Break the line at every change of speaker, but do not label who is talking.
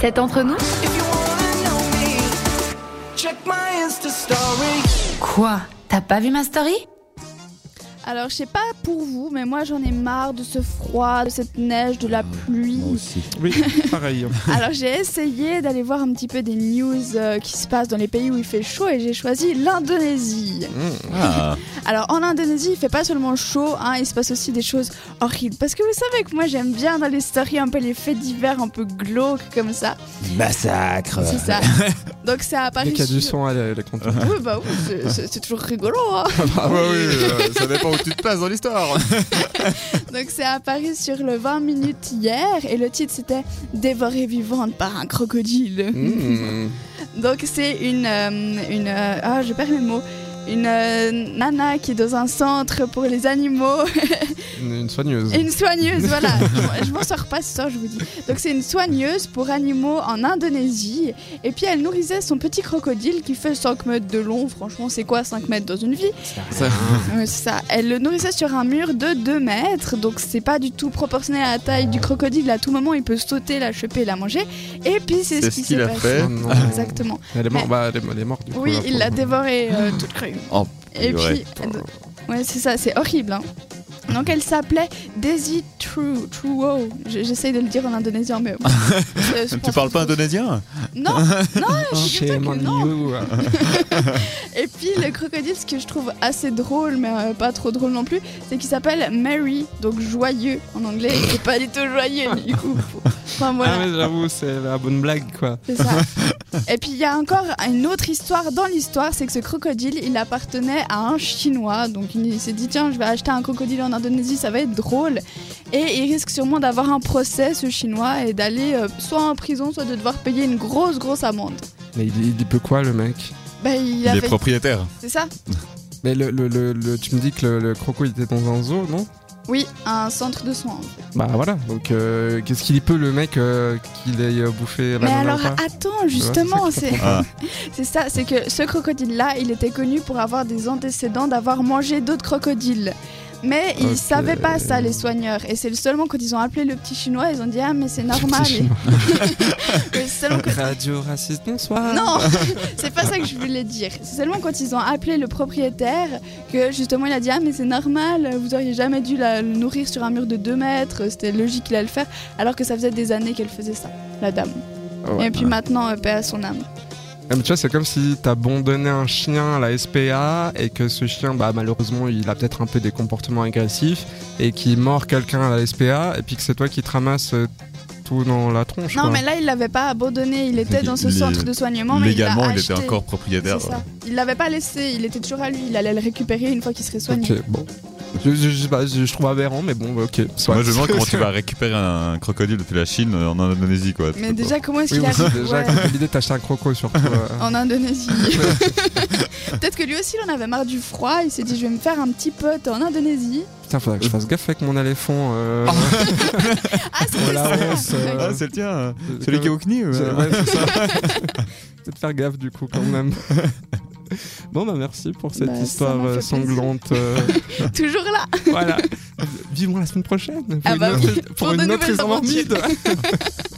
C'est entre nous
If you wanna know me, check my Insta story.
Quoi T'as pas vu ma story
Alors, je sais pas pour vous, mais moi j'en ai marre de ce froid, de cette neige, de la pluie.
Ah, Moi aussi.
Oui, pareil.
Alors, j'ai essayé d'aller voir un petit peu des news euh, qui se passent dans les pays où il fait chaud et j'ai choisi l'Indonésie.
Ah,
Alors, en Indonésie, il fait pas seulement chaud, hein, il se passe aussi des choses horribles. Parce que vous savez que moi j'aime bien dans les stories un peu les faits divers un peu glauques comme ça.
massacre
C'est ça. Donc, ça a apparu.
Dès qu'il y a du
sur-
sang, elle, elle est contente.
Oui, bah oui, c'est- c'est c'est toujours rigolo. hein.
Ah ouais, oui, euh, ça dépend où tu te places dans l'histoire.
Donc c'est apparu sur le 20 minutes hier et le titre c'était Dévorée vivante par un crocodile.
Mmh.
Donc c'est une... euh, une euh, ah je perds mes mots. Une euh, nana qui est dans un centre pour les animaux
Une, une soigneuse.
et une soigneuse, voilà. je je m'en sors pas ce soir, je vous dis. Donc c'est une soigneuse pour animaux en Indonésie. Et puis elle nourrissait son petit crocodile qui fait 5 mètres de long. Franchement, c'est quoi 5 mètres dans une vie
Ça-
oui, c'est ça. Elle le nourrissait sur un mur de 2 mètres, donc c'est pas du tout proportionnel à la taille du crocodile. À tout moment, il peut sauter, la choper, et la manger. Et puis, c'est
C'est
ce
ce
qui
qu'il
s'est
a
passé.
fait.
Oh non.
Exactement.
Elle est morte.
Mais-
Bah, elle est, elle est morte. du coup,
Oui,
la
il l'a
pauvre.
dévoré euh, toute crue.
Oh,
Et
purée.
puis, euh, ouais, c'est ça, c'est horrible. hein. Donc, elle s'appelait Daisy True. Truo. Je- J'essaye de le dire en indonésien, mais. je- je
Tu
pense
parles
que-
pas indonésien
Non,
Oh,
figure-toi
chez
que
Manu.
Et puis le crocodile, ce que je trouve assez drôle, mais euh, pas trop drôle non plus, c'est qu'il s'appelle Merry, donc joyeux en anglais. C'est pas du tout joyeux du coup. Enfin
Ah,
voilà,
mais j'avoue, c'est la bonne blague, quoi.
c'est ça. Et puis il y a encore une autre histoire dans l'histoire, c'est que ce crocodile, il appartenait à un Chinois. Donc il s'est dit tiens, je vais acheter un crocodile en Indonésie, ça va être drôle. Et il risque sûrement d'avoir un procès ce Chinois et d'aller euh, soit en prison, soit de devoir payer une grosse grosse amende.
Mais il, il peut quoi, le mec
Bah il,
Il est
avait,
propriétaire.
c'est ça
Mais le, le, le, le- tu me dis que le, le croco il était dans un zoo, non
Oui, un centre de soins.
Bah voilà, donc euh, qu'est-ce qu'il y peut le mec euh, qu'il ait euh, bouffé la
Mais
nana ou
alors
pas
attends, justement,
Ouais,
c'est
Ah.
c'est ça, c'est que ce crocodile-là, il était connu pour avoir des antécédents d'avoir mangé d'autres crocodiles. Mais ils
Ok.
savaient pas ça, les soigneurs. Et c'est seulement quand ils ont appelé le petit chinois, ils ont dit Ah, mais c'est normal.
Petit chinois.
Et seulement quand-
Radio raciste, bonsoir
Non, c'est pas ça que je voulais dire. C'est seulement quand ils ont appelé le propriétaire que justement il a dit Ah, mais c'est normal, vous auriez jamais dû la, le nourrir sur un mur de 2 mètres, c'était logique qu'il allait le faire. Alors que ça faisait des années qu'elle faisait ça, la dame.
Ah ouais.
Et puis maintenant, euh, paix à son âme.
Ah, mais tu vois, c'est comme si t'abandonnais un chien à la SPA et que ce chien, bah malheureusement, il a peut-être un peu des comportements agressifs et qu'il mord quelqu'un à la SPA et puis que c'est toi qui te ramasses euh, tout dans la tronche.
Non,
quoi.
mais là, il l'avait pas abandonné. Il était dans ce
Il-
centre de soignement. mais
Légalement,
il,
il
l'a
était
acheté.
encore
C'est
propriétaire.
ça. Il l'avait pas laissé. Il était toujours à lui. Il allait le récupérer une fois qu'il serait soigné.
Ok, bon. Je, je- je sais pas, je- je trouve aberrant, mais bon, ok. soit.
Moi, je me demande comment tu vas récupérer un crocodile depuis la Chine euh, en Indonésie, quoi. Tu
Mais
peux
déjà, comment est-ce
Oui,
qu'il
oui,
arrive
déjà,
Ouais,
quand l'idée t'acheter un croco surtout. euh,
En Indonésie. Peut-être que lui aussi, il en avait marre du froid. Il s'est dit, je vais me faire un petit pote en Indonésie.
Putain, faudrait que je fasse gaffe avec mon éléphant. euh,
Ah, c'est
Oh, la
ça.
honte, euh,
pas. Ah, c'est le tien, euh,
euh,
celui qui est au CNI.
C'est-
euh.
ouais, c'est ça. Peut-être faire gaffe du coup quand même. Bon bah merci pour cette
Bah, ça
histoire
m'a fait
euh, sanglante. euh,
Toujours là.
voilà. Vivons la semaine prochaine pour
Ah bah
une
oui,
autre, pour
pour de
une autre
nouvelles
histoire
aventures.
morbide.